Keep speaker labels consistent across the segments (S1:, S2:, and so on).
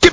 S1: Give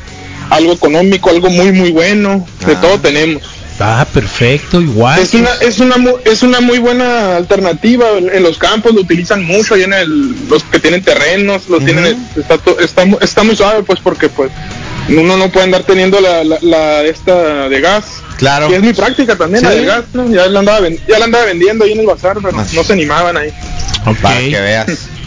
S2: algo económico, algo muy muy bueno. De
S3: Ah.
S2: todo tenemos.
S4: Ah, perfecto, igual.
S2: Es una, es una mu- es una muy buena alternativa. En en los campos lo utilizan mucho, ahí en el- los que tienen terrenos, los tienen, está, to- está, mu- está muy suave pues porque pues uno no puede andar teniendo la, la- la esta de gas.
S3: Claro.
S2: Y es mi práctica también, la
S3: Sí.
S2: del gas, ¿no? Ya la andaba, ven- ya la andaba vendiendo ahí en el bazar, pero no se animaban ahí.
S4: Ok.
S3: Para que veas.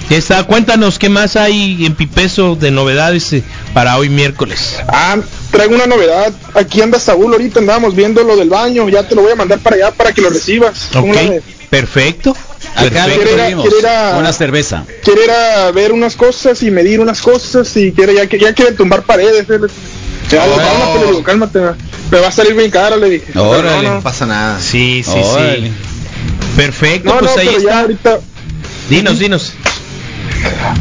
S4: Ya está, cuéntanos qué más hay en Pipeso de novedades eh, para hoy miércoles.
S2: Ah, traigo una novedad. Aquí anda Saúl, ahorita andábamos viendo lo del baño, ya te lo voy a mandar para allá para que lo recibas. ¿Cómo
S4: Ok,
S2: la ves?
S4: perfecto.
S5: Acá lo
S4: perfecto.
S2: Quiero ir a-
S5: tuvimos,
S2: quiero ir a-
S5: una cerveza.
S2: Quiere ir a ver unas cosas y medir unas cosas y quiere ya, que- ya quiere tumbar paredes. él es- Ya,
S3: Oh.
S2: Cálmate, le digo, cálmate. Me va a salir bien cara, le dije. Pero
S5: Órale.
S2: No,
S3: No
S2: no,
S3: pasa nada.
S4: Sí, sí,
S5: Órale.
S4: sí. Perfecto,
S2: No,
S4: pues
S2: no,
S4: ahí
S2: pero ya
S4: está.
S2: ahorita,
S4: Dinos, dinos.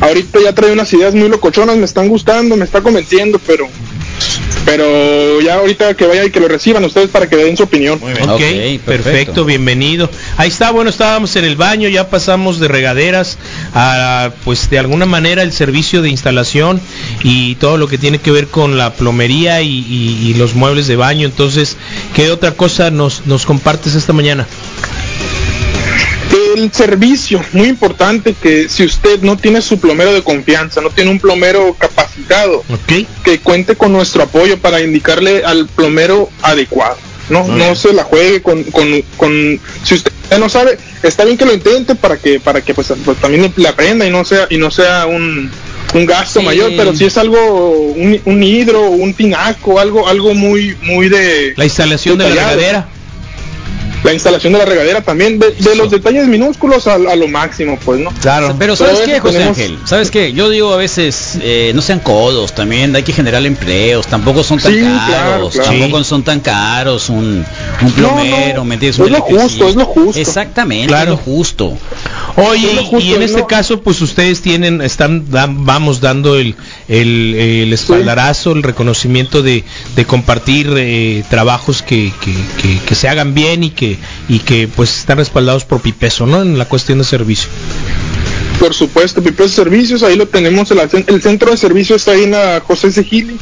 S2: ahorita ya trae unas ideas muy locochonas, me están gustando, me está convenciendo, pero pero ya ahorita que vaya y que lo reciban ustedes para que den su opinión.
S3: Muy bien.
S4: Ok,
S5: Ok,
S4: perfecto.
S5: perfecto,
S4: bienvenido. Ahí está, bueno, estábamos en el baño, ya pasamos de regaderas a, pues, de alguna manera el servicio de instalación y todo lo que tiene que ver con la plomería y, y- y los muebles de baño. Entonces, ¿qué otra cosa nos, nos compartes esta mañana?
S2: El servicio, muy importante que si usted no tiene su plomero de confianza, no tiene un plomero capacitado,
S4: Ok,
S2: que cuente con nuestro apoyo para indicarle al plomero adecuado. No, no se la juegue con, con, con- si usted no sabe, está bien que lo intente para que, para que pues, pues, también le aprenda y no sea, y no sea un, un gasto
S5: Sí.
S2: mayor, pero si es algo, un, un hidro, un tinaco, algo, algo muy, muy de
S4: la instalación de la
S2: Detallado.
S4: regadera.
S2: la instalación de la regadera también, de, de los detalles minúsculos a, a lo máximo, pues, ¿no?
S3: Claro.
S5: Pero ¿sabes
S2: Todo
S5: qué,
S2: eso
S5: José
S2: tenemos-
S5: Ángel? ¿Sabes qué? Yo digo a veces, eh, no sean codos también, hay que generar empleos, tampoco son tan
S2: Sí,
S5: caros,
S2: claro, claro.
S5: tampoco son tan caros un, un
S2: No, no,
S5: plomero, ¿me entiendes?
S2: es
S5: Un
S2: lo justo, es lo justo.
S5: Exactamente,
S4: Claro.
S5: es lo justo.
S4: Oye,
S2: Es lo
S4: y-
S2: justo,
S4: y en
S2: ¿no?
S4: este caso, pues ustedes tienen, están, dan- vamos dando el, el, el espaldarazo, el reconocimiento de, de compartir eh, trabajos que, que, que- que se hagan bien y que, y que pues están respaldados por Pipeso, ¿no? En la cuestión de servicio.
S2: Por supuesto, Pipeso Servicios, ahí lo tenemos, el, acen- el centro de servicio está ahí en la José Segili,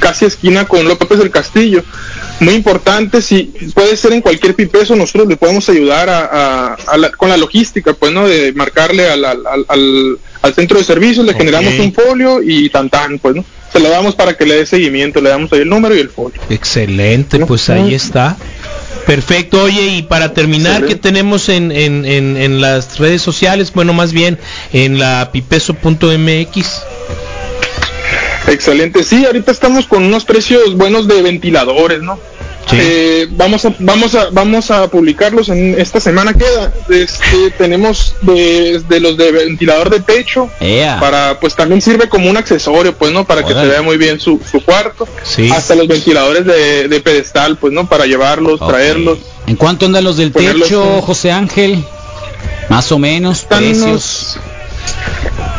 S2: casi esquina con López del Castillo. Muy importante, si puede ser en cualquier Pipeso, nosotros le podemos ayudar a, a- a la- con la logística, pues, ¿no? De marcarle al, al, al- al- al centro de servicios, le generamos un folio y tan tan, pues, ¿no? Se lo damos para que le dé seguimiento, le damos ahí el número y el folio.
S4: Excelente, pues ahí está. Perfecto, oye, y para terminar, ¿qué tenemos en, en, en, en las redes sociales? Bueno, más bien en la pipeso.mx.
S2: Excelente, sí, ahorita estamos con unos precios buenos de ventiladores, ¿no? Eh, vamos a vamos a vamos a publicarlos en esta semana queda. Este, tenemos de, de los de ventilador de techo
S5: Ea.
S2: para pues también sirve como un accesorio, pues no, para que
S5: Ah. Órale.
S2: se vea muy bien su, su cuarto.
S4: Sí.
S2: Hasta los ventiladores de, de pedestal, pues no, para llevarlos,
S5: Ok.
S2: traerlos.
S5: ¿En cuánto andan los del
S2: Ponerlos
S5: techo,
S2: en-
S5: José Ángel? Más o menos,
S2: Están
S5: precios.
S2: unos-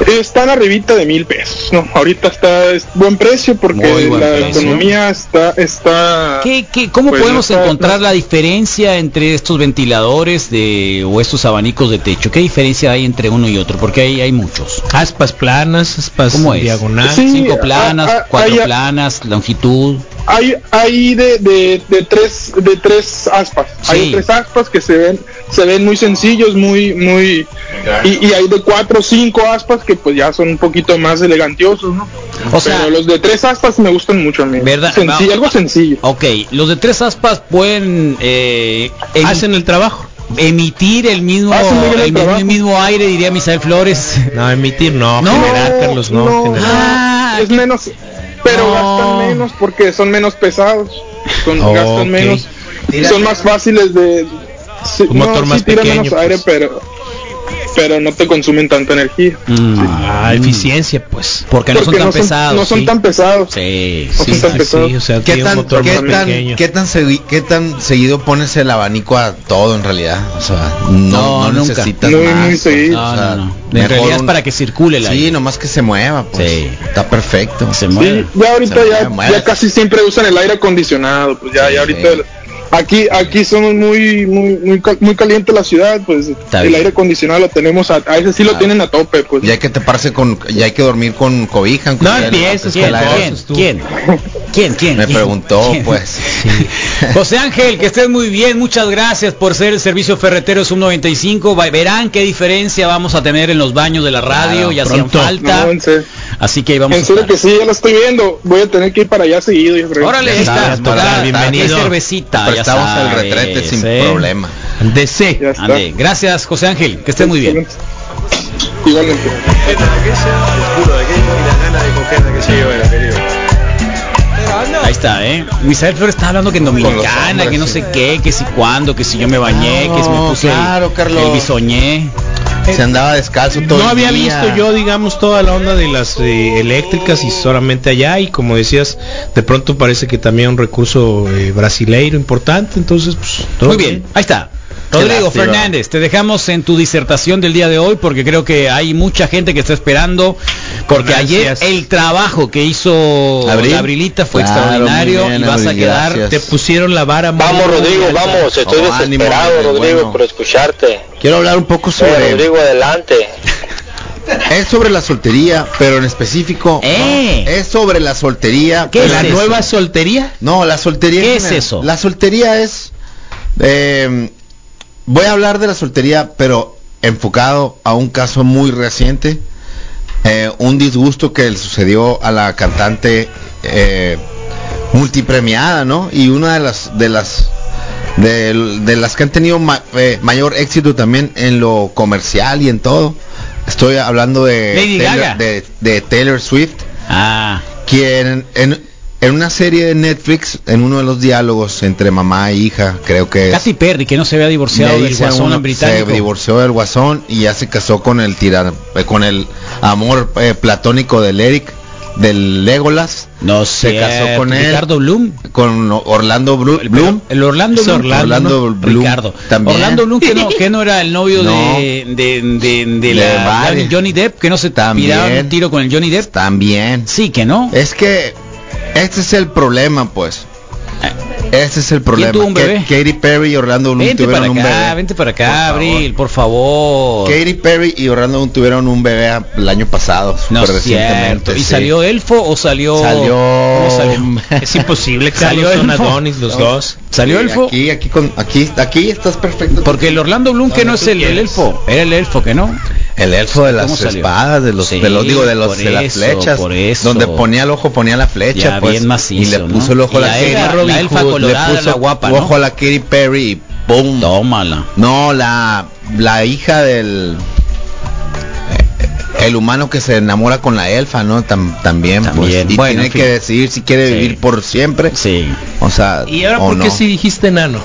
S2: están arribita de mil pesos, no, ahorita está es buen precio porque
S5: Muy buen
S2: la
S5: precio.
S2: economía está está
S5: ¿Qué, qué- cómo
S2: Pues,
S5: podemos
S2: no está-
S5: encontrar la diferencia entre estos ventiladores de, o estos abanicos de techo? ¿Qué diferencia hay entre uno y otro? Porque ahí hay muchos.
S4: Aspas planas, aspas
S5: ¿Cómo es?
S4: diagonal.
S2: Sí,
S5: Ah,
S2: ah,
S5: Cinco
S2: a-
S5: planas,
S2: a-
S5: cuatro
S2: hay a-
S5: planas, longitud.
S2: Hay, hay de, de, de tres de tres aspas.
S5: Sí.
S2: Hay tres aspas que se ven se ven muy sencillos, muy muy y, y hay de cuatro o cinco aspas que pues ya son un poquito más elegantiosos, ¿no?
S5: O sea,
S2: Pero los de tres aspas me gustan mucho a mí.
S5: ¿Verdad?
S2: Sencillo,
S5: Va-
S2: algo sencillo.
S5: ok, los de tres aspas pueden eh, em-
S4: Hacen el trabajo.
S5: emitir el mismo,
S2: Hacen muy bien el
S5: el mismo,
S2: trabajo.
S5: mismo aire, diría Misael Flores.
S4: No, emitir no,
S5: No,
S4: generar, Carlos, no.
S2: no.
S4: generar.
S5: Ah,
S2: es menos pero
S5: No.
S2: gastan menos porque son menos pesados. Son,
S4: Ok.
S2: gastan menos. y son más fáciles de sí,
S4: Un motor más
S2: tiran
S4: pequeño,
S2: menos
S4: pues.
S2: aire, pero pero no te consumen tanta energía.
S5: Mm,
S4: Ah, eficiencia, pues.
S5: Porque no son tan pesados.
S2: no son
S5: sí.
S2: tan pesados.
S5: Sí,
S2: No
S5: sí.
S2: son tan
S4: Sí,
S2: pesados.
S4: o sea,
S3: ¿Qué
S4: tiene un
S3: tan,
S4: motor
S3: qué,
S4: más
S3: tan,
S4: pequeño.
S3: qué, tan segui- ¿Qué tan seguido pones el abanico a todo en realidad? O sea, no,
S5: No,
S3: no,
S5: nunca.
S3: necesitas
S2: Muy,
S3: más.
S2: muy seguido.
S4: Ah,
S5: No,
S3: o sea,
S5: no, no. En
S3: mejor
S5: realidad es
S3: un-
S5: para que circule el aire.
S3: Sí, nomás que se mueva, pues.
S5: Sí.
S3: Está perfecto.
S5: Se
S2: Sí,
S5: mueve.
S2: ya ahorita
S3: Se
S2: ya,
S3: mueve.
S2: ya casi siempre usan el aire acondicionado, pues ya,
S3: Sí,
S2: ya ahorita
S3: sí.
S2: aquí aquí somos muy muy muy, cal- muy caliente la ciudad, pues el
S5: bien.
S2: aire acondicionado lo tenemos a, a ese sí lo
S3: Ah.
S2: tienen a tope, pues.
S3: Ya hay que taparse con, ya hay que dormir con cobija.
S4: No empieces,
S3: ¿quién?
S5: ¿Quién?
S4: la
S5: ¿Quién?
S4: haces tú.
S5: ¿Quién? ¿Quién? ¿Quién?
S3: Me
S5: ¿Quién?
S3: preguntó,
S5: ¿Quién?
S3: pues.
S5: José Ángel, que estés muy bien, muchas gracias por ser el servicio ferretero Sub95. Va- Verán qué diferencia vamos a tener en los baños de la radio,
S3: Claro,
S5: ya hacían
S4: pronto.
S5: falta.
S2: No, en serio,
S5: Así que ahí vamos
S2: en serio
S5: a
S2: que
S5: estar.
S2: sí, ya lo estoy viendo. Voy a tener que ir para allá seguido. yo creo.
S5: Órale,
S3: Ya
S5: ahí
S3: sabes,
S5: está,
S3: doctor,
S5: doctor,
S4: bienvenido.
S5: qué cervecita, ya
S3: Prestamos el
S5: sabes,
S3: retrete sin
S5: ¿eh?
S3: problema.
S4: DC.
S2: Ya está.
S5: Ande, gracias José Ángel, que estés muy bien.
S2: Igualmente.
S5: Ahí está, ¿eh? Misael Flores está hablando que en Dominicana,
S3: hombres,
S5: que no
S3: sí.
S5: sé qué, que si cuándo, que si yo me bañé, que si me
S3: No,
S5: puse el-
S3: claro, Carlos.
S5: el bisoñé.
S3: pues, Se andaba descalzo todo
S4: No
S3: el
S4: había
S3: día.
S4: visto yo, digamos, toda la onda de las eh, eléctricas y solamente allá. Y como decías, de pronto parece que también un recurso eh, brasileiro importante. Entonces, pues, todo
S5: Muy bien, ahí está. Rodrigo
S3: lástima.
S5: Fernández, te dejamos en tu disertación del día de hoy porque creo que hay mucha gente que está esperando porque
S4: Gracias.
S5: ayer el trabajo que hizo
S3: Abril.
S5: la Abrilita fue
S3: Claro,
S5: extraordinario
S3: muy bien,
S5: y vas a
S3: Abril,
S5: quedar
S3: gracias.
S4: Te pusieron la vara. muy-
S6: Vamos Rodrigo, vamos, estoy
S3: Oh, ánimo,
S6: desesperado
S3: hombre,
S6: Rodrigo
S3: bueno.
S6: por escucharte.
S3: Quiero hablar un poco
S6: Eh,
S3: sobre
S6: Rodrigo, adelante.
S3: es sobre la soltería, pero en específico
S5: ¡Eh!
S3: no, es sobre la soltería.
S5: ¿Qué
S3: pero-
S5: es
S4: La
S5: eso?
S4: nueva soltería.
S3: No, la soltería.
S5: ¿Qué
S3: en
S5: es
S3: general.
S5: eso?
S3: La soltería es. eh, voy a hablar de la soltería, pero enfocado a un caso muy reciente. eh, un disgusto que le sucedió a la cantante eh, multipremiada, ¿no? Y una de las de las de, de las que han tenido ma- eh, mayor éxito también en lo comercial y en todo. Estoy hablando de
S5: Lady Gaga.
S3: Taylor, de- de Taylor Swift
S5: Ah,
S3: quien en, en una serie de Netflix, en uno de los diálogos entre mamá e hija, creo que es,
S5: Katy Perry que no se había divorciado
S3: le
S5: del
S3: dice a
S5: guasón
S3: uno-
S5: británico.
S3: se divorció del guasón y ya se casó con el tirano, eh, con el amor eh, platónico del Eric, del Legolas,
S5: no
S3: se
S5: cierto,
S3: casó con él.
S5: Ricardo Bloom.
S3: con Orlando Bru- Bloom.
S5: El Orlando
S3: Es
S5: Bloom,
S3: Orlando
S5: ¿no?
S3: Bloom
S5: Ricardo.
S3: también.
S5: Orlando Bloom que no, que no era el novio
S3: No.
S5: de, de, de, de
S3: De
S5: la
S3: Vare.
S5: Johnny Depp, que no se
S3: También.
S5: tiraron un tiro con el Johnny Depp.
S3: También.
S5: Sí, que no.
S3: Es que este es el problema, pues. Este es el problema.
S5: Eh. tuvo un
S3: Que-
S5: bebé?
S3: Katy Perry y Orlando Bloom
S5: Vente para
S3: tuvieron un
S5: acá,
S3: bebé.
S5: vente para
S3: Por
S5: acá,
S3: favor.
S5: Abril, por favor.
S3: Katy Perry y Orlando Bloom tuvieron un bebé a- el año pasado,
S5: No
S3: súper
S5: es cierto. ¿Y
S3: sí.
S5: salió elfo o salió?
S3: Salió-
S5: ¿Cómo salió?
S4: Es imposible,
S5: Salió
S4: Carlos. Son
S5: elfo.
S4: Adonis los dos.
S5: ¿Salió
S3: Sí,
S5: elfo?
S3: Aquí, aquí, con, aquí, aquí estás perfecto.
S5: Porque el Orlando Bloom que no,
S4: Donde
S5: es
S4: tú
S5: el, el
S4: quieras.
S5: elfo, era el elfo que no.
S3: el elfo de
S5: ¿Cómo
S3: las
S5: salió?
S3: espadas, de los,
S5: Sí,
S3: de los digo, de los
S5: por
S3: de las
S5: eso,
S3: flechas,
S5: por eso.
S3: donde ponía el ojo, ponía la flecha,
S5: Ya,
S3: pues,
S5: bien macizo,
S3: y le
S5: ¿no?
S3: puso el ojo
S5: Y
S3: a
S5: la
S3: la, Katy-
S5: elfa, la
S3: Robin
S5: elfa
S3: Hood,
S5: colorada,
S3: le puso
S5: la guapa, ¿no?
S3: ojo a la Katy Perry y ¡pum!
S5: Tómala.
S3: No, la, la hija del. eh, el humano que se enamora con la elfa, ¿no? Tam- también, pues.
S5: También.
S3: Y
S5: Bueno,
S3: tiene
S5: en fin.
S3: que decidir si quiere
S5: Sí.
S3: vivir por siempre.
S5: Sí.
S3: O sea,
S4: ¿Y ahora
S3: o
S4: por qué
S3: no.
S4: si dijiste enano?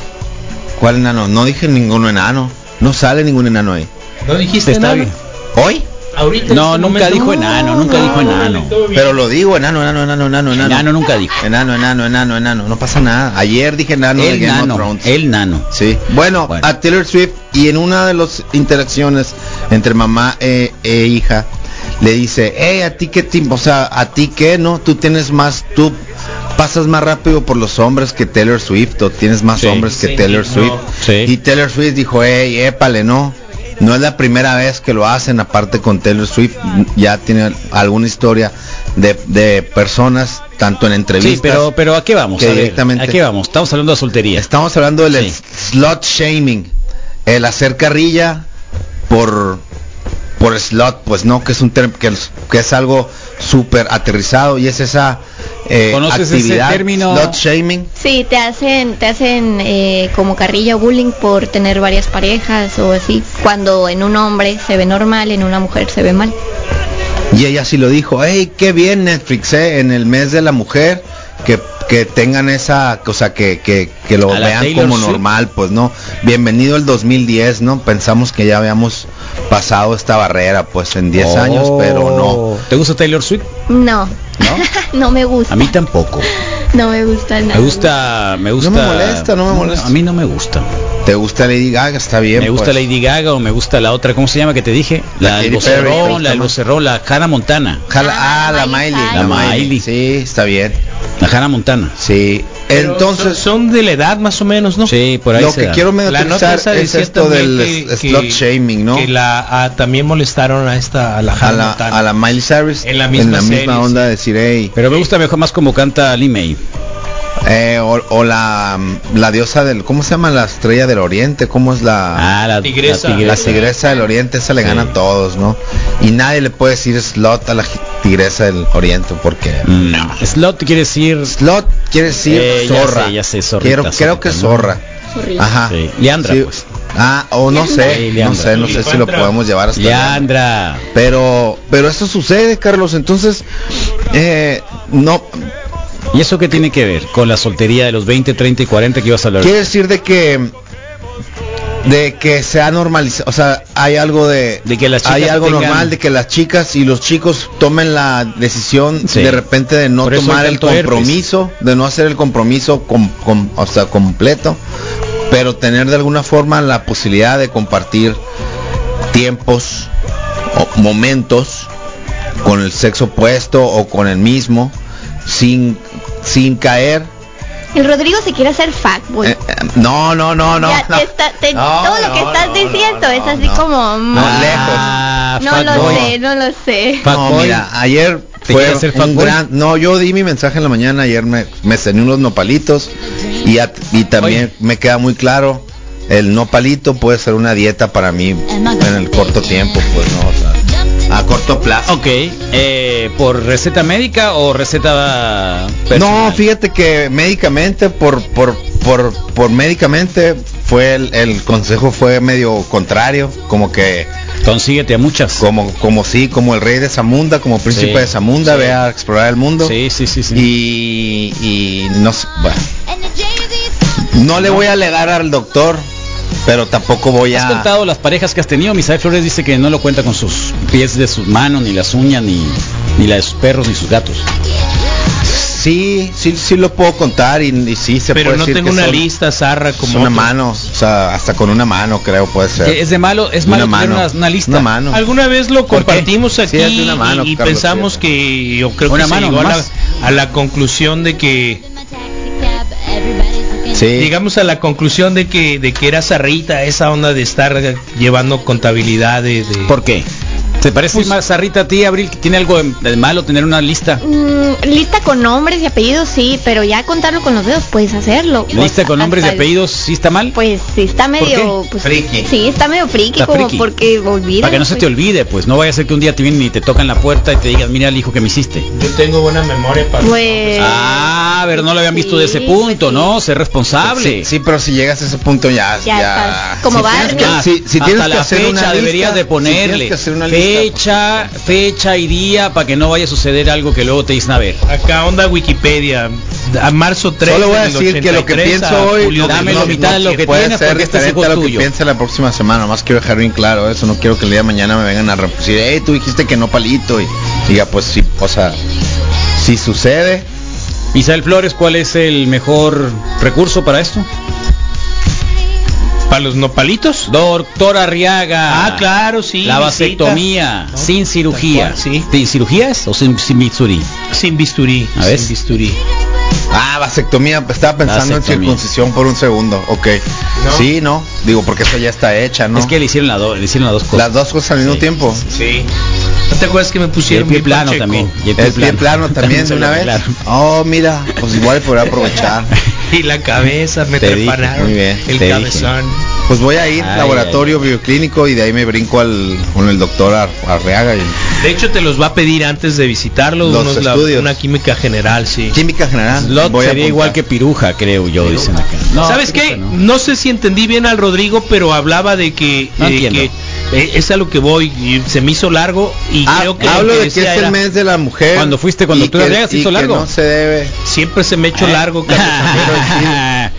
S3: ¿Cuál enano? No dije ningún enano. No sale ningún enano ahí.
S4: ¿No dijiste
S5: Está
S4: enano?
S5: bien.
S3: ¿Hoy?
S4: Ahorita en
S5: No,
S4: este
S5: nunca
S4: momento-
S5: dijo enano, nunca dijo enano.
S3: Pero lo digo, enano, enano, enano, enano, enano.
S5: Enano nunca dijo.
S3: Enano, enano, enano, enano. No pasa nada. Ayer dije enano de
S5: El
S3: Game of
S5: nano,
S3: Thrones.
S5: el nano.
S3: Sí. Bueno,
S5: Bueno.
S3: a Taylor Swift y en una de las interacciones entre mamá e, e hija le dice, hey, a ti qué tiempo, o sea, a ti qué, ¿no? Tú tienes más, tú pasas más rápido por los hombres que Taylor Swift o tienes más
S5: Sí.
S3: hombres que
S4: Sí,
S3: Taylor
S4: no.
S3: Swift.
S5: Sí.
S3: Y Taylor Swift dijo, hey, épale, ¿no? No es la primera vez que lo hacen, aparte con Taylor Swift, ya tiene alguna historia de, de personas, tanto en entrevistas.
S5: Sí, pero, pero ¿a qué vamos?
S3: que
S5: A ver,
S3: directamente-
S5: ¿A qué vamos? Estamos hablando de soltería.
S3: Estamos hablando del
S5: Sí.
S3: slot shaming, el hacer carrilla por por slot, pues no, que es un término que, es- que es algo súper aterrizado y es esa eh,
S5: ¿Conoces ese
S3: actividad
S5: término?
S3: slot shaming.
S7: Sí, te hacen, te hacen eh, como carrilla o bullying por tener varias parejas o así, cuando en un hombre se ve normal, en una mujer se ve mal.
S3: Y ella sí lo dijo, hey, qué bien Netflix, eh, en el mes de la mujer, que, que tengan esa, o sea, que, que, que lo
S5: A la
S3: vean
S5: Taylor
S3: como
S5: Swift.
S3: normal, pues no. Bienvenido el 2010, ¿no? Pensamos que ya habíamos pasado esta barrera, pues en 10 años, pero no.
S5: Oh. ¿Te gusta Taylor Swift?
S7: No,
S5: ¿No?
S7: no me gusta.
S5: A mí tampoco.
S7: No me gusta nada.
S5: Me gusta, me gusta.
S3: molesta, no me molesta.
S5: A mí no me gusta.
S3: ¿Te gusta Lady Gaga? Está bien.
S5: me gusta
S3: pues.
S5: Lady Gaga o me gusta la otra, ¿cómo se llama que te dije? La del
S3: Katy Perry.
S5: vocerrón, la del
S3: Ajá.
S5: vocerrón, la Hannah Montana.
S3: Jala- ah, la
S7: Miley
S3: Miley.
S7: Cyrus.
S3: La
S5: La Miley.
S3: Miley. Sí, está bien.
S5: La Hannah Montana.
S3: Sí.
S4: Pero
S3: Entonces,
S4: son son de la edad más o menos, ¿no?
S5: Sí, por ahí
S3: lo
S5: se
S3: que
S5: da.
S3: quiero medio
S4: La nota
S3: utilizar
S4: esa
S3: es
S4: decía
S3: esto
S4: también
S3: del
S4: que-
S3: es-
S4: que-
S3: slot shaming, ¿no?
S4: Que la, ah, también molestaron a esta, a la
S3: a,
S4: Hannah
S3: la,
S4: Montana.
S3: a la Miley Cyrus.
S4: En la misma serie,
S3: onda de decir, hey.
S5: Pero me gusta mejor más como canta Lee May.
S3: eh, o, o la, la diosa del. ¿Cómo se llama la estrella del oriente? ¿Cómo es la.?
S5: Ah, la
S4: Tigresa.
S5: La
S3: La tigresa del oriente, esa le
S5: Sí.
S3: gana a todos, ¿no? Y nadie le puede decir slot a la gi- tigresa del oriente porque
S5: No. Mm. Slot quiere decir.
S3: Slot quiere decir
S5: Eh, ya
S3: zorra.
S5: sé, ya sé, zorrita,
S3: Quiero- creo
S5: zorrita,
S3: que
S5: ¿no?
S3: zorra.
S7: Horrible.
S3: Ajá.
S5: Sí, Leandra,
S3: Sí.
S5: pues.
S3: Ah, o no
S5: Sí,
S3: sé, no
S5: Leandra.
S3: sé, no sé si lo
S4: Leandra.
S3: podemos llevar hasta Leandra.
S5: Leandra.
S3: Pero, pero eso sucede, Carlos. Entonces, eh, no
S5: ¿Y eso qué tiene que ver con la soltería de los 20, 30 y 40 que ibas a hablar?
S3: quiere decir de que de que se ha normalizado, o sea, hay algo de,
S5: De que las chicas
S3: hay algo
S5: tengan-
S3: normal de que las chicas y los chicos tomen la decisión
S5: Sí.
S3: de repente de no
S5: Por eso hay
S3: tomar el
S5: tanto herpes.
S3: compromiso, de no hacer el compromiso com- com- o sea, completo, pero tener de alguna forma la posibilidad de compartir tiempos o momentos con el sexo opuesto o con el mismo sin sin caer
S7: El Rodrigo se quiere hacer fuckboy.
S3: eh, eh, no, no, no, no.
S7: Ya
S3: no.
S7: te está- te-
S3: No,
S7: todo lo que
S3: no,
S7: estás
S3: no,
S7: diciendo
S3: no,
S7: es
S3: no,
S7: así
S3: no.
S7: como... mm,
S3: No,
S7: No,
S5: Ah,
S7: lo
S5: fuckboy.
S7: sé, no lo sé.
S3: No,
S5: Fuckboy.
S3: mira, ayer
S5: ¿Te
S3: fue
S5: quieres hacer
S3: un
S5: fuckboy?
S3: gran... No, yo di mi mensaje en la mañana, ayer me, me cené unos nopalitos y, at- y también
S5: Oye.
S3: me queda muy claro, el nopalito puede ser una dieta para mí en el corto tiempo, pues no, o sea, a corto plazo.
S5: Ok, eh, ¿por receta médica o receta personal?
S3: No, fíjate que médicamente, por, por, por, por médicamente, fue el, el consejo fue medio contrario, como que
S5: Consíguete a muchas.
S3: como como sí como el rey de Zamunda como príncipe
S5: Sí,
S3: de Zamunda
S5: sí.
S3: ve a explorar el mundo
S5: Sí, sí, sí, sí.
S3: y y no sé, bueno. no le voy a alegar al doctor pero tampoco voy
S5: ¿Has
S3: a
S5: contado las parejas que has tenido? Misael Flores dice que no lo cuenta con sus pies de sus manos, ni las uñas, ni, ni la de sus perros, ni sus gatos.
S3: sí sí sí lo puedo contar y, y sí se
S4: Pero
S3: puede
S4: no
S3: decir
S4: tengo
S3: que
S4: una
S3: son-
S4: lista zarra
S3: son
S4: como Eh,
S3: una
S4: otros.
S3: mano o sea hasta con una mano creo puede ser
S5: ¿Es de malo? ¿Es malo
S3: una
S5: tener
S3: mano
S5: una, una lista?
S3: una mano
S4: Alguna vez lo
S3: ¿Por qué?
S4: compartimos
S3: Sí,
S4: aquí
S3: es de una mano,
S4: y, y
S3: Carlos,
S4: pensamos
S3: sí.
S4: que yo creo
S5: Una
S4: que
S5: mano
S4: se llegó a la,
S5: nomás.
S4: a la conclusión de que
S3: sí
S4: llegamos a la conclusión de que de que era zarrita esa onda de estar eh, llevando contabilidad de, de-
S5: ¿Por qué? ¿Te parece
S3: Pues-
S5: más Sarrita a ti, Abril, que tiene algo de, de malo tener una lista?
S7: Mm, lista con nombres y apellidos, sí, pero ya contarlo con los dedos puedes hacerlo.
S5: ¿Lista
S7: Pues,
S5: con nombres y
S7: hasta el-
S5: apellidos? ¿Sí está mal?
S7: Pues sí, está medio...
S5: qué?
S7: Pues,
S3: Friki.
S7: Sí, está medio friki,
S5: Está
S7: como
S5: friki.
S7: porque olvida.
S5: Para que no se te olvide, pues no vaya a ser que un día te vienen y te tocan la puerta y te digan, mira el hijo que me hiciste.
S4: yo tengo buena memoria para
S7: Pues...
S5: Ah, pero no lo habían visto de ese
S7: Sí,
S5: punto,
S7: pues,
S5: ¿no? Ser responsable.
S3: sí, sí, pero si llegas a ese punto ya
S7: Ya
S3: ya,
S7: estás como
S3: si tienes
S7: Barney.
S3: que, si, si
S5: Ah, Hasta
S3: tienes
S5: la
S3: que hacer
S5: fecha
S3: una lista,
S5: deberías de
S3: si
S5: ponerle
S3: tienes que hacer una
S5: fecha, fecha y día para que no vaya a suceder algo que luego te dicen a ver.
S4: Acá onda Wikipedia, a marzo 3
S3: Solo voy a
S4: del
S3: decir que lo que
S4: 83
S3: pienso
S4: a
S3: hoy
S4: julio
S5: dame
S4: del
S5: la
S3: no-
S4: 2000.
S5: mitad de lo
S3: no
S5: que
S3: puede
S5: tienes,
S3: ser
S5: porque este es
S3: diferente a lo que
S5: tuyo.
S3: piense la próxima semana. Más quiero dejar bien claro eso. No quiero que el día de mañana me vengan a reproducir. Hey, tú dijiste que no palito. Y diga, pues sí, o sea, si sucede,
S5: Isabel Flores, ¿cuál es el mejor recurso para esto?
S4: Para los nopalitos.
S5: Doctor Arriaga.
S4: Ah, claro, sí.
S5: La
S4: visita.
S5: vasectomía,
S4: No,
S5: sin
S4: tal
S5: cirugía.
S4: cual, sí.
S5: ¿Sin cirugía es o sin, sin Mitsuri?
S4: Sin bisturí.
S5: A ver.
S4: Sin bisturí.
S3: Ah, vasectomía, estaba pensando en
S5: Vasectomía.
S3: circuncisión por un segundo, ok. Sí, no, digo, porque esa ya está hecha, ¿no?
S5: Es que le hicieron, la do- le hicieron las dos cosas.
S3: Las dos cosas al mismo
S5: Sí.
S3: tiempo.
S4: Sí. ¿No te acuerdas que me
S5: Y el
S4: pusieron
S5: pie
S4: mi
S5: plano
S4: Pacheco?
S5: también. y
S3: El pie plano también de
S5: se lo
S3: una vez.
S5: arreglaron.
S3: Oh, mira, pues igual podrá aprovechar.
S4: Y la cabeza, me
S3: Te dije,
S4: prepararon
S3: muy bien,
S4: el
S3: te
S4: cabezón.
S3: Pues voy a ir
S5: Ay,
S3: laboratorio bioclínico y de ahí me brinco al con el doctor Ar- Arreaga y
S4: De hecho, te los va a pedir antes de visitarlo.
S3: Los
S4: unos lab-
S3: estudios.
S4: una química general, sí.
S3: química general.
S5: Slot
S3: voy a
S5: sería
S3: apuntar.
S5: igual que piruja, creo yo, dicen acá. No,
S4: ¿Sabes
S5: piruja
S4: qué? No.
S5: no.
S4: sé si entendí bien al Rodrigo, pero hablaba de que,
S5: No
S4: de
S5: entiendo.
S4: que, eh, es a lo que voy. y se me hizo largo y
S3: Ah,
S4: creo que lo
S3: hablo
S4: que
S3: de que
S4: decía
S3: es el
S4: era,
S3: mes de la mujer.
S5: Cuando fuiste con
S3: y
S5: doctor
S3: que-
S5: Arreaga, se
S3: y
S5: hizo
S3: que
S5: largo.
S3: no se debe.
S4: siempre se me echo
S5: ¿Eh?
S4: largo. Carlos Ramiro.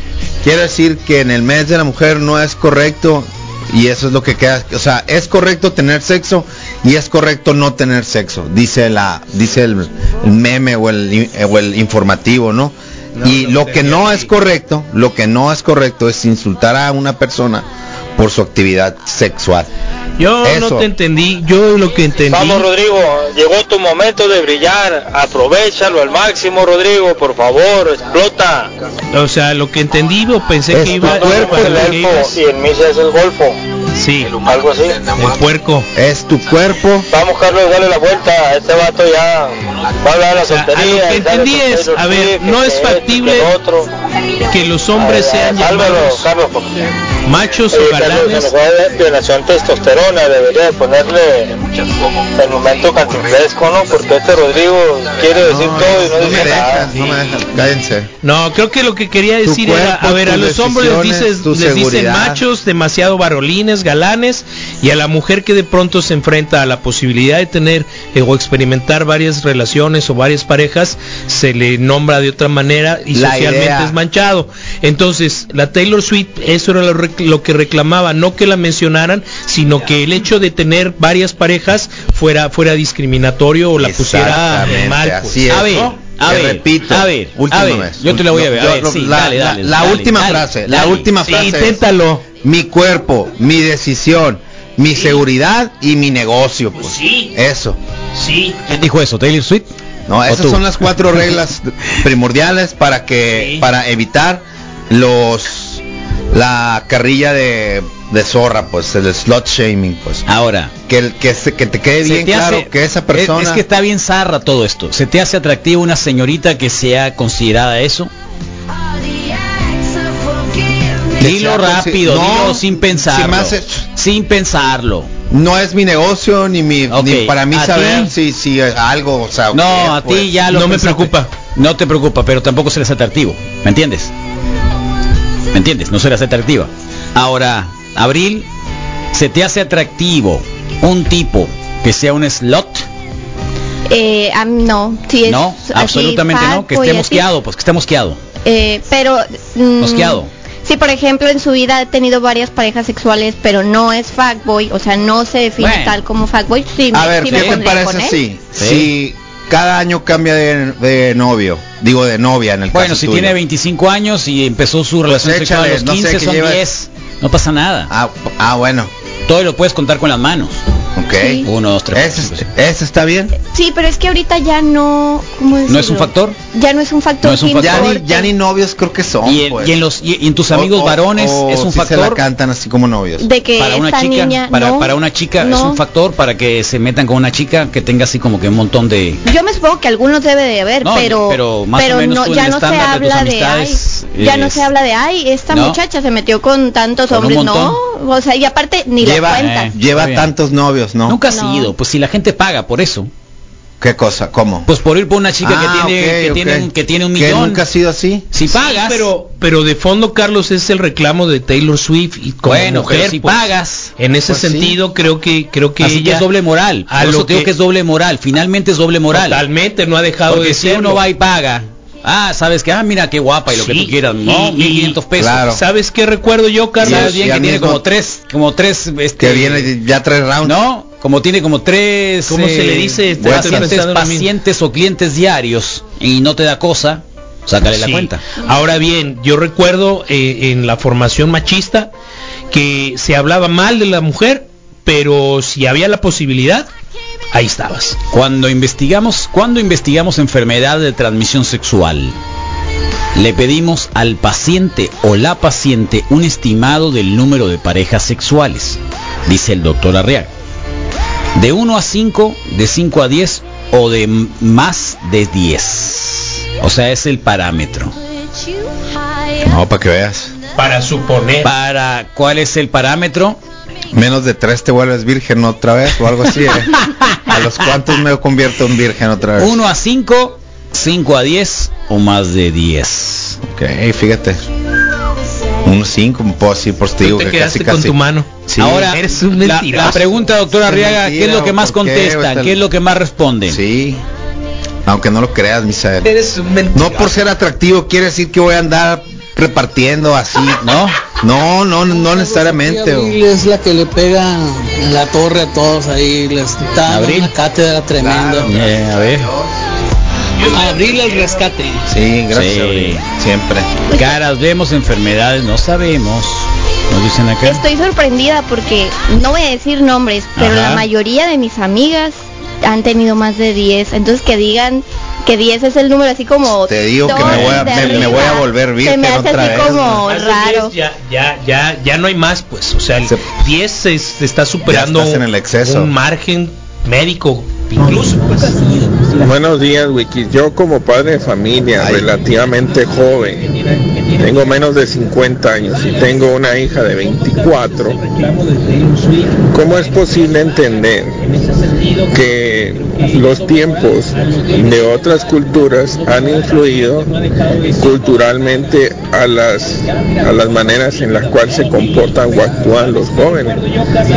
S3: Quiero decir que en el mes de la mujer no es correcto y eso es lo que queda, o sea, es correcto tener sexo y es correcto no tener sexo, dice la dice el, el meme o el, in- o el informativo, ¿no? y lo que no es correcto, lo que no es correcto es insultar a una persona por su actividad sexual.
S4: yo
S3: Eso.
S4: no te entendí. Yo lo que entendí.
S6: Vamos Rodrigo, llegó tu momento de brillar, aprovechalo al máximo Rodrigo, por favor, explota.
S4: o sea, lo que entendí o pensé
S3: Es
S4: que
S3: tu
S4: iba.
S3: Al cuerpo,
S6: es el
S4: que ibas-
S6: elfo y en misa es el golfo,
S4: Sí, el
S6: algo así.
S4: puerco.
S3: Es tu cuerpo,
S6: Vamos Carlos, dale la vuelta, este vato ya va a hablar de la
S4: sea, a lo
S6: soltería.
S4: que
S6: y sale
S4: entendí
S6: con
S4: es,
S6: Taylor
S4: a ver,
S6: Swift,
S4: no
S6: que
S4: es
S6: esto, que
S4: factible
S6: lo otro.
S4: Que los hombres
S6: Ay,
S4: sean
S6: sálvalo,
S4: llamados
S6: Carlos, por favor.
S4: machos
S6: Oye,
S4: o
S6: Carlos, se
S4: galanes.
S6: nos va a dar violación testosterona, debería de ponerle el momento cantinfresco, ¿no? Porque este Rodrigo quiere decir
S3: No,
S6: todo y no
S3: no me
S6: dice nada.
S3: dejan, no me dejan, cállense.
S4: No, creo que lo que quería
S3: Tu
S4: decir era,
S3: cuerpo,
S4: a ver, a
S3: tus
S4: los hombres les,
S3: decisiones,
S4: dices,
S3: tu
S4: les dicen
S3: seguridad.
S4: machos, demasiado varolines, galanes, y a la mujer que de pronto se enfrenta a la posibilidad de tener eh, o experimentar varias relaciones o varias parejas, se le nombra de otra manera y
S3: La
S4: socialmente
S3: idea.
S4: es manchado. Entonces, la Taylor Swift, eso era lo, rec- lo que reclamaba, no que la mencionaran, sino que el hecho de tener varias parejas fuera, fuera discriminatorio o la pusiera
S3: Exactamente,
S4: mal. pues.
S3: así es.
S5: A ver,
S3: ¿no?
S5: a
S3: Te
S5: ver,
S3: repito,
S5: a ver,
S3: última
S5: a ver,
S3: vez.
S5: yo te la voy a ver, a
S3: Yo-
S5: ver,
S3: lo-
S5: sí,
S3: la,
S5: dale, dale,
S3: la- la
S5: dale,
S3: última
S5: dale,
S3: frase, la
S5: dale.
S3: última
S4: Sí,
S3: frase. es,
S4: inténtalo.
S3: mi cuerpo, mi decisión, mi seguridad y mi negocio, pues. Eso.
S4: Sí,
S5: ¿Quién dijo eso? ¿Taylor Swift?
S3: No,
S5: ¿O
S3: esas
S5: tú?
S3: son las cuatro reglas primordiales para que
S4: Sí.
S3: para evitar los la carrilla de, de zorra, pues el slot shaming, pues.
S5: Ahora.
S3: Que, el- que, se- que te quede
S5: Ah. se
S3: bien
S5: te
S3: claro
S5: hace-
S3: que esa
S5: es-
S3: persona
S5: Es, que está bien zarra todo esto. ¿Se te hace atractiva una señorita que sea considerada eso?
S3: Que
S5: Dilo
S3: sea consi-
S5: rápido,
S3: No,
S5: dilo sin pensarlo.
S3: se me hace-
S5: Sin pensarlo.
S3: No es mi negocio ni mi
S5: Ok,
S3: ni para mí
S5: ¿a
S3: saber
S5: ti?
S3: si si algo, o sea,
S5: No,
S3: qué,
S5: a ti
S3: pues.
S5: ya lo
S4: no me
S5: pensaste.
S4: preocupa.
S5: No te preocupa, pero tampoco serás atractivo. ¿Me entiendes? ¿Me entiendes? No serás atractiva. Ahora, Abril, ¿se te hace atractivo un tipo que sea un slot?
S7: Eh, am- no, sí es
S5: no,
S7: así,
S5: absolutamente no. Que
S7: parco y
S5: esté
S7: así.
S5: mosqueado, pues que esté mosqueado.
S7: Eh, pero... mm,
S5: Mosqueado.
S7: Sí, por ejemplo, en su vida he tenido varias parejas sexuales, pero no es fuckboy, o sea, no se define
S5: Bueno.
S7: tal como fuckboy. Sí,
S3: A ver,
S7: sí
S3: ¿qué
S7: me
S3: te
S7: pondría
S3: parece
S7: con él.
S3: si
S5: Sí.
S3: si cada año cambia de, de novio, digo de novia en el
S5: Bueno,
S3: caso
S5: si
S3: tuyo? Pues
S5: tiene 25 años y empezó su relación sexual a
S3: échale,
S5: los
S3: no sé,
S5: 15,
S3: que
S5: son
S3: lleva-
S5: 10. No pasa nada.
S3: ah, ah, bueno.
S5: Todo lo puedes contar con las manos.
S3: Ok.
S7: Sí.
S5: Uno, dos, tres.
S3: Ese,
S5: cuatro, cinco,
S3: ese está bien.
S7: Sí, pero es que ahorita ya no... ¿cómo
S5: ¿No es un
S7: decirlo?
S5: factor?
S7: Ya no es un factor.
S5: No es un
S7: que
S5: factor.
S3: Ya ni,
S7: importe.
S3: ya ni novios creo que son.
S5: Y en,
S3: pues.
S5: y en los, y, y en tus
S3: O-
S5: amigos
S3: o-
S5: varones
S3: o
S5: es un
S3: si se la
S5: factor.
S3: cantan así como novios.
S7: de que
S5: para una
S7: esta
S5: chica,
S7: niña
S5: para,
S7: no,
S5: para una chica es
S7: no.
S5: un factor para que se metan con una chica que tenga así como que un montón de
S7: yo me supongo que algunos debe de haber
S5: No,
S7: pero
S5: pero más o menos
S7: no
S5: tú en
S7: ya
S5: el
S7: no se
S5: estándar de tus
S7: habla de ay
S5: amistades
S7: ya no
S5: es-
S7: se habla de ay esta
S5: ¿No?
S7: muchacha se metió con tantos
S5: Con un
S7: hombres
S5: montón.
S7: no o sea y aparte ni la
S3: lleva
S7: cuenta
S5: eh,
S3: lleva
S5: Está bien.
S3: tantos novios, ¿no?
S5: nunca ha
S7: No.
S5: sido, pues si la gente paga por eso.
S3: Ok. ¿Qué cosa? ¿Cómo?
S5: Pues por ir por una chica
S3: Ah,
S5: que tiene
S3: ok,
S5: que
S3: ok.
S5: tiene un, que tiene un
S3: Que
S5: millón.
S3: nunca ha sido así.
S5: Si pagas,
S4: Pero, pero de fondo, Carlos, es el reclamo de Taylor Swift y como
S5: bueno,
S4: mujer,
S5: pero si
S4: pues,
S5: pagas.
S4: En ese
S3: Pues sí.
S4: sentido, creo que creo que
S5: así que
S4: ella
S5: es doble moral.
S4: a
S5: Por
S4: lo
S5: eso te digo
S4: que-
S5: que es doble moral. Finalmente es doble moral.
S4: totalmente no ha dejado
S5: Porque
S4: de
S5: si
S4: ser
S5: uno va y paga. Ah, sabes que, ah, mira qué guapa y lo que
S4: Sí,
S5: tú quieras. No,
S4: y-
S5: 1500 pesos.
S3: Claro.
S4: ¿Sabes qué recuerdo yo, Carlos?
S5: Sabes
S3: Y-
S5: bien
S3: y
S5: que
S3: al
S5: tiene
S3: mismo-
S5: como tres, como tres, este,
S3: Que viene ya tres rounds.
S5: no, como tiene como tres, eh,
S4: ¿Cómo se le dice? Estoy
S5: pacientes,
S4: pensando en lo mismo.
S5: pacientes o clientes diarios y no te da cosa, sácale la
S4: Sí.
S5: cuenta.
S4: Ahora bien, yo recuerdo eh, en la formación machista que se hablaba mal de la mujer, pero si había la posibilidad, ahí estabas.
S5: Cuando investigamos, cuando investigamos enfermedad de transmisión sexual, le pedimos al paciente o la paciente un estimado del número de parejas sexuales, dice el doctor Arriaga. De 1 a 5, de 5 a 10 o de m- más de 10. O sea, es el parámetro.
S3: No, para que veas.
S4: Para suponer.
S5: Para cuál es el parámetro?
S3: Menos de tres te vuelves virgen otra vez o algo así. ¿eh? ¿A los cuantos me convierto en virgen otra vez?
S5: 1 a 5, 5 a 10 o más de 10.
S3: Ok, fíjate. Un cinco, pues sí, pues te
S4: Tú
S3: digo
S4: te
S3: que
S4: quedaste
S3: casi
S4: con
S3: casi.
S4: tu mano.
S3: Sí.
S5: Ahora,
S4: Eres un
S5: la,
S4: mentiroso.
S5: la pregunta, doctora
S3: Es una
S5: Arriaga, ¿qué es
S3: mentira,
S5: lo que más
S3: ¿por qué?
S5: contestan?
S3: Está-
S5: ¿Qué es lo que más responden?
S3: Sí. Aunque no lo creas, Misael.
S4: Eres un mentiroso.
S3: No
S5: pues,
S3: por ser atractivo quiere decir que voy a andar repartiendo así, ¿no? No, no, no necesariamente.
S8: Abril
S3: güey.
S8: es la que le pega en la torre a todos ahí, les da
S5: Abril.
S8: una cátedra tremenda.
S3: Claro.
S5: Eh, a ver.
S8: Abril el rescate.
S3: Sí, gracias.
S5: Sí.
S3: Abril. Siempre.
S5: Caras vemos, enfermedades no sabemos. Nos dicen acá.
S7: Estoy sorprendida porque no voy a decir nombres, pero
S5: Ajá.
S7: la mayoría de mis amigas han tenido más de 10. Entonces que digan que 10 es el número así como...
S3: Te digo que me
S7: dos
S3: voy a-
S7: de
S3: me- me
S7: arriba,
S3: voy a volver
S7: Se
S3: virgen
S7: me hace
S3: otra
S7: así
S3: vez,
S7: como
S4: Más de
S7: raro.
S4: 10 Ya, ya, ya, ya no hay más, pues. O sea, el
S3: Se-
S4: 10 se, se está superando
S3: estás en el exceso.
S4: un margen médico, incluso. pues.
S9: Buenos días, Wikis. Yo como padre de familia,
S3: Ay.
S9: relativamente joven, tengo menos de 50 años y tengo una hija de 24. ¿Cómo es posible entender que los tiempos de otras culturas han influido culturalmente a las, a las maneras en las cuales se comportan o actúan los jóvenes?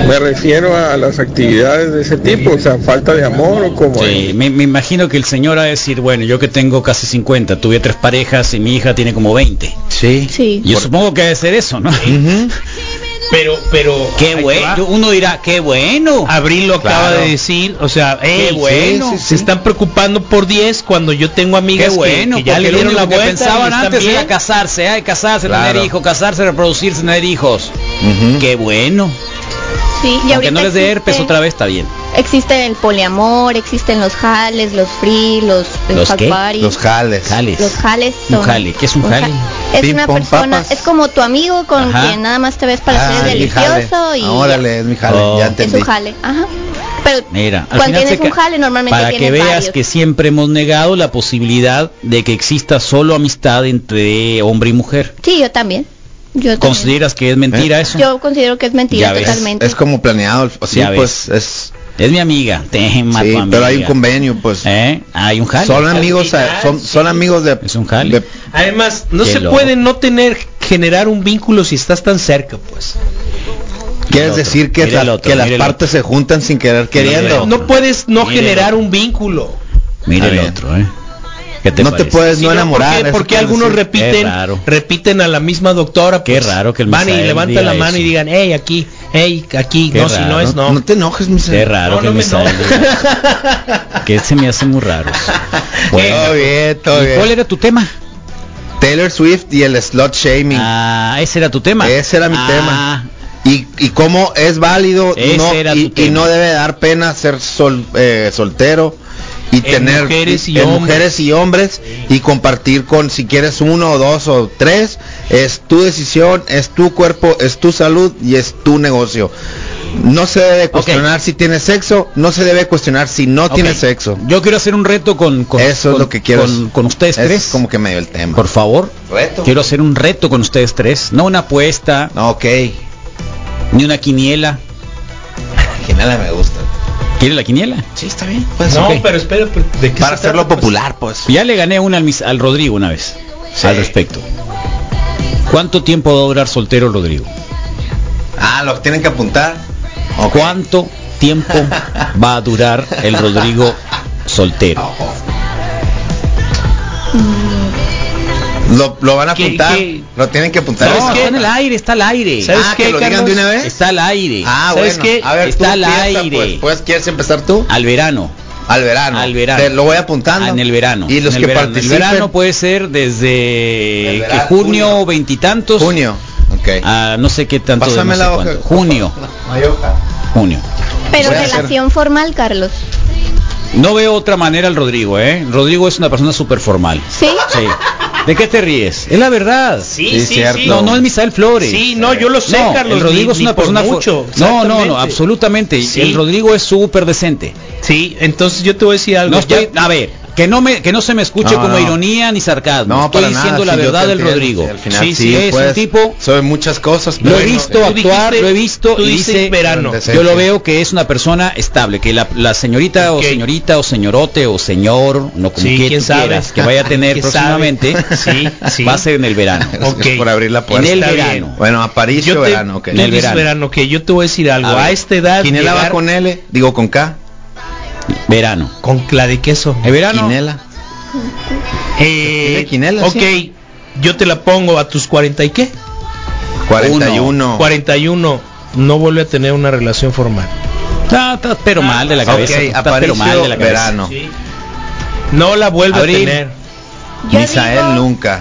S9: Me refiero a las actividades de ese tipo, o sea, falta de amor o como...
S5: Sí, me, me imagino que el señor va a decir, bueno, yo que tengo casi 50, tuve tres parejas y mi hija tiene como 20.
S3: Sí.
S7: Sí.
S5: Yo supongo que debe ser eso, ¿no?
S3: Ujú.
S4: Pero, pero. ahí
S5: Qué
S4: te va.
S5: bueno. Uno dirá, qué bueno.
S4: Abril lo acaba
S3: Claro.
S4: de decir, o sea, "Ey,
S5: Qué bueno.
S4: sí, sí, sí. se están preocupando por 10 cuando yo tengo
S5: Qué
S4: amigas que-
S5: bueno,
S4: que, ya
S5: porque
S4: le
S5: lo
S4: dieron
S5: único
S4: la
S5: que
S4: vuelta. y
S5: pensaban
S4: están
S5: antes
S4: bien.
S5: era casarse, ay, casarse,
S3: Claro.
S5: tener hijos, casarse, reproducirse, tener hijos.
S4: Mm.
S3: Ujú.
S5: Qué bueno.
S7: Sí, y
S5: Aunque
S7: ahorita
S5: no les dé
S7: existe-
S5: herpes otra vez, está bien.
S7: Existe el poliamor, existen los jales, los free, los,
S5: ¿Los
S7: hack
S5: qué?
S7: parties.
S3: Los jales.
S5: Jales.
S7: Los jales
S5: Un
S7: son...
S5: jale, ¿qué es un jale?
S7: ja- Es
S3: Ping
S7: una
S3: pong,
S7: persona,
S3: papas.
S7: es como tu amigo con
S5: Ajá.
S7: quien nada más te ves para
S3: Ah,
S7: ser
S3: mi jale.
S7: delicioso y
S3: Ah, Órale, es mi jale,
S5: Oh.
S3: ya
S7: es
S3: entendí.
S7: un jale, ajá. Pero
S5: Mira, al
S7: cuando
S5: final
S7: tienes
S5: se
S7: un
S5: ca-
S7: jale normalmente
S5: para
S7: tienes
S5: que veas
S7: varios.
S5: que siempre hemos negado la posibilidad de que exista solo amistad entre hombre y mujer.
S7: Sí, yo también. Yo también.
S5: ¿Consideras que es mentira
S3: ¿Eh?
S5: eso?
S7: Yo considero que es
S5: Ya
S7: mentira
S5: ves,
S7: totalmente.
S3: Es como planeado, o sí,
S5: Ya
S3: pues es
S5: Es mi amiga, te mato
S3: sí,
S5: a mi
S3: pero hay un
S5: amiga.
S3: convenio, pues.
S5: ¿Eh? Hay un jale.
S3: Son amigos, eh, son, son amigos de
S5: Es un jale.
S3: de-
S4: Además, no
S5: Qué
S4: se
S5: loco.
S4: puede no tener generar un vínculo si estás tan cerca, pues.
S3: ¿Quieres
S5: otro,
S3: decir que,
S5: mira el
S3: la-
S5: otro,
S3: que las
S5: mira el
S3: partes se juntan sin querer queriendo?
S5: otro.
S3: No,
S4: No puedes no
S5: Mire.
S4: generar un vínculo.
S5: Mira
S3: Está
S5: el
S3: bien.
S5: otro, ¿eh? ¿Qué te
S3: te
S5: parece?
S3: puedes
S4: Sí,
S3: no
S4: ¿no?
S3: enamorar.
S4: ¿Por qué?
S3: eso
S4: Porque
S3: quiere
S4: algunos
S3: decir.
S5: Qué
S4: repiten,
S5: raro.
S4: repiten a la misma doctora. Pues,
S5: Qué raro que el
S4: van y
S5: Misael
S4: levantan la
S5: diga
S4: mano y
S5: eso.
S4: digan, hey, aquí, hey, aquí.
S5: Qué
S4: no, si
S5: raro.
S4: no es no.
S3: No, te enojes, mi
S5: Qué
S3: señor.
S5: raro
S4: No,
S5: que
S4: no
S5: me
S4: me
S5: sale. que se me hace muy raro.
S3: Todo bien, todo
S5: ¿Y ¿Cuál
S3: bien.
S5: era tu tema?
S3: Taylor Swift y el slot shaming.
S5: Ah, ese era tu tema.
S3: Ese era mi
S5: Ah,
S3: tema. Y, y cómo es válido
S5: Ese
S3: no,
S5: era
S3: y,
S5: tu
S3: y
S5: tema.
S3: no debe dar pena ser sol- eh, soltero y tener
S4: mujeres y
S3: en
S4: hombres.
S3: mujeres y hombres y compartir con si quieres uno o dos o tres es tu decisión es tu cuerpo es tu salud y es tu negocio no se debe cuestionar si tienes sexo no se debe cuestionar si no
S5: ok.
S3: tienes sexo
S5: Yo quiero hacer un reto con, con-
S3: eso es
S5: con-
S3: lo que quiero
S5: con, con ustedes
S3: Eso
S5: tres.
S3: es como que medio el tema
S5: Por favor,
S3: reto
S5: quiero hacer un reto con ustedes tres. No una apuesta,
S3: ok
S5: ni una quiniela.
S3: que nada me gusta
S5: ¿Quiere la quiniela?
S3: Sí, está bien.
S5: Pues,
S4: No, pero espera, pero ¿de qué
S3: Para
S4: se
S3: hacerlo
S4: trata, pues?
S3: popular, pues.
S5: Ya le gané una al, mis- al Rodrigo una vez. Al respecto. ¿Cuánto tiempo va a durar soltero Rodrigo?
S3: Ah, lo tienen que apuntar.
S5: ¿Cuánto tiempo va a durar el Rodrigo
S3: Ah,
S5: soltero?
S3: Lo, lo van a
S5: ¿Qué-
S3: apuntar.
S5: qué?
S3: Lo tienen que apuntar. Ah,
S5: No, está en el aire, está al aire. Ah,
S3: ¿Sabes qué, Carlos?
S5: Está al aire.
S3: Ah,
S5: ¿Sabes
S3: bueno.
S5: qué?
S3: A ver,
S5: está
S3: tú
S5: al
S3: piensa,
S5: aire.
S3: Pues, pues, ¿quieres empezar tú?
S5: Al verano.
S3: Al verano.
S5: Al verano.
S3: Te lo voy apuntando.
S5: Ah, en el verano.
S3: Y los
S5: en el
S3: que
S5: verano.
S3: participen.
S5: El verano puede ser desde que
S3: El verano,
S5: junio
S3: junio.
S5: veintitantos.
S3: Junio. Ok.
S5: A no sé qué tanto. de no
S3: Pásame
S5: sé
S3: la hoja.
S5: cuánto. Junio.
S3: No hay hoja.
S5: Junio.
S7: Pero
S3: Voy a hacer-
S7: relación formal, Carlos.
S5: No veo otra manera al Rodrigo, ¿eh? Rodrigo es una persona súper formal.
S7: ¿Sí?
S5: Sí. ¿De qué te ríes? Es la verdad.
S4: Sí, sí, sí.
S3: cierto.
S5: No, no es Misael Flores.
S4: Sí, no, yo lo sé,
S5: No,
S4: Carlos.
S5: el Rodrigo
S4: ni-
S5: es
S4: ni
S5: una
S4: por
S5: persona fu-
S4: mucho.
S5: No, no,
S4: exactamente.
S5: no, absolutamente.
S4: Sí.
S5: El Rodrigo es súper decente.
S4: Sí, entonces yo te voy a decir algo.
S5: No
S4: ya-
S5: estoy, a ver, que no me que no se me escuche
S3: No,
S5: como
S3: no.
S5: ironía ni sarcasmo.
S3: No,
S5: estoy
S3: para nada,
S5: diciendo la
S3: sí, yo te
S5: verdad del
S3: entiendo,
S5: Rodrigo.
S3: sí, al final
S5: sí,
S3: sí,
S5: es un
S3: pues,
S5: tipo
S3: Soy muchas cosas.
S5: lo he
S3: pero-
S5: visto
S4: tú
S5: actuar,
S4: dijiste-
S5: lo he visto
S4: tú
S5: y
S4: dices
S5: dice
S4: verano.
S5: Yo lo veo que es una persona estable, que la, la señorita
S4: Ok.
S5: o señorita o señorote o señor, no como
S4: Sí,
S5: que
S4: quién
S5: tú
S4: sabe.
S5: quieras, que vaya a tener
S4: ¿Quién sabe?
S5: próximamente,
S4: Sí, sí.
S5: va a ser en el verano.
S4: Ok.
S3: Por abrir la puerta.
S5: En el
S4: Está bien.
S5: verano.
S3: Bueno, a París
S4: yo te-
S3: verano. ok.
S4: tú
S5: En el
S4: dices
S5: verano.
S4: verano, que yo te voy a decir algo.
S5: A
S4: A,
S5: ver,
S4: esta edad.
S3: Quinela va
S4: llegar
S3: con L, digo con K.
S5: Verano.
S4: con la de queso.
S5: El verano.
S3: Quinela.
S4: Eh,
S3: Tiene quinela,
S4: ok,
S3: sí.
S4: yo te la pongo a tus 40 y qué?
S3: 41.
S4: 41. No vuelve a tener una relación formal.
S5: Está, está
S4: Ah,
S5: pero mal de la cabeza.
S3: Ok,
S5: está pero
S3: Aparicio,
S5: mal de la cabeza.
S3: verano.
S4: No la vuelve
S5: Abril.
S4: a tener.
S7: Yo
S3: Misael
S7: digo-
S3: nunca.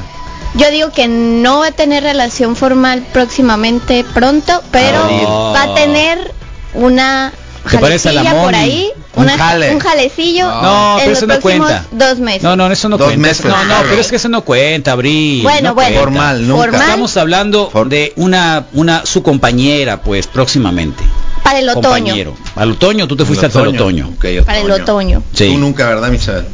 S7: Yo digo que no va a tener relación formal próximamente, pronto, pero
S5: Ah.
S7: va a tener una
S5: ¿Te parece a la
S7: jalecilla por
S5: Moni?
S7: ahí,
S3: Un
S7: una-
S3: jale.
S7: un jalecillo
S5: No,
S7: en
S5: pero
S7: los
S5: eso no
S7: próximos
S5: cuenta.
S7: dos meses.
S5: No, no, eso no
S3: Ah. Dos
S5: cuenta.
S3: meses.
S5: No, no,
S7: Ah,
S5: pero
S7: ok.
S5: es que eso no cuenta, Abril.
S7: Bueno,
S5: no
S7: bueno.
S5: cuenta.
S3: Formal, nunca.
S7: Formal
S5: Estamos hablando
S3: For-
S5: de una, una su compañera, pues, próximamente.
S7: para el otoño.
S5: Compañero. Al otoño, tú te fuiste hasta el otoño.
S3: Ok,
S7: Para el otoño.
S5: Sí.
S3: Tú nunca, ¿verdad, Misael?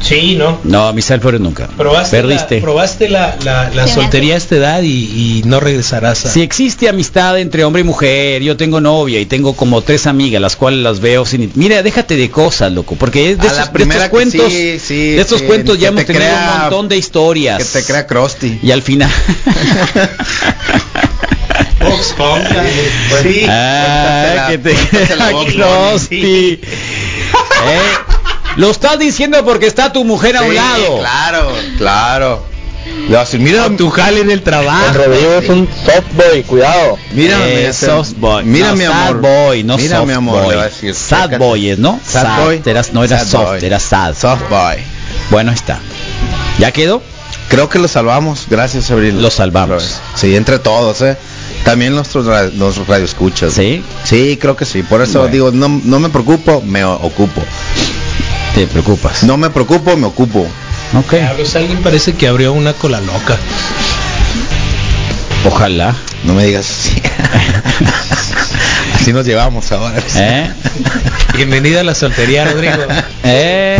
S4: Sí, no.
S5: No, Misael Flores nunca.
S4: Probaste
S5: Perdiste.
S4: la, probaste la, la- la
S7: Se me
S4: soltería a esta edad y, y no regresarás a...
S5: Si existe amistad entre hombre y mujer, yo tengo novia y tengo como tres amigas, las cuales las veo sin... Mira, déjate de cosas, loco, porque es de,
S3: A la
S5: esos, de
S3: primera
S5: estos
S3: que sí,
S5: cuentos,
S3: sí,
S5: de estos
S3: que-
S5: cuentos
S3: que
S5: ya hemos
S3: te
S5: tenido
S3: crea-
S5: un montón de historias.
S3: Que te crea Krusty.
S5: Y al final...
S4: Vox Populi.
S3: Sí.
S5: Ah,
S3: Cuéntatela,
S5: que te
S3: cuéntatela,
S5: crea
S3: Vox
S5: Krusty. Eh, Lo estás diciendo porque está tu mujer a un
S3: Sí,
S5: lado.
S3: Claro, claro. Le vas a decir, mira,
S4: Tu jale en el trabajo.
S6: Rodrigo es un soft boy, cuidado.
S3: mira,
S5: Eh,
S3: me hace-
S5: soft boy.
S3: mira,
S5: No,
S3: mi amor.
S5: Sad boy, no
S3: mira,
S5: soft
S3: mi amor,
S5: boy.
S3: le va a decir.
S5: sad
S3: Acércate.
S5: boy, es, ¿no?
S3: Sad boy.
S5: eras- no era
S3: Sad
S5: soft,
S3: boy.
S5: era sad.
S3: Soft boy.
S5: Bueno, ahí está. ¿Ya quedó?
S3: Creo que lo salvamos, gracias Abril.
S5: Lo salvamos.
S3: Sí, entre todos, eh. También nuestros ra- los radioescuchas.
S5: Sí.
S3: Sí, creo que sí. Por eso
S5: Bueno.
S3: digo, no, no me preocupo, me o- ocupo.
S5: Te preocupas.
S3: No me preocupo, me ocupo.
S5: Ok.
S4: Diablos, alguien parece que abrió una cola loca.
S5: Ojalá.
S3: No me digas así. así nos llevamos ahora.
S5: ¿Eh?
S4: Bienvenida a la soltería, Rodrigo.
S5: ¿Eh?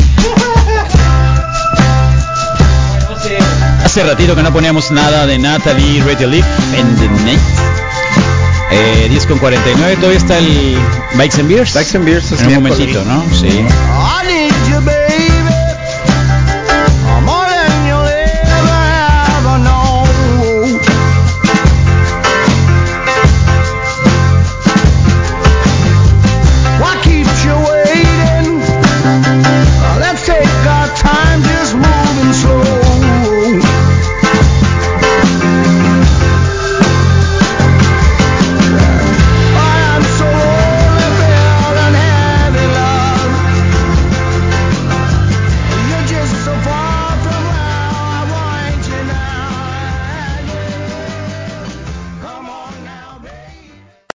S5: Hace ratito que no poníamos nada de Natalie Radio Leaf en the night. Eh, 10 con 49, todavía está el Bikes and Beers.
S3: Dax and Beers es
S5: en un
S3: miércoles.
S5: momentito, ¿no? Sí.
S10: I need you, baby.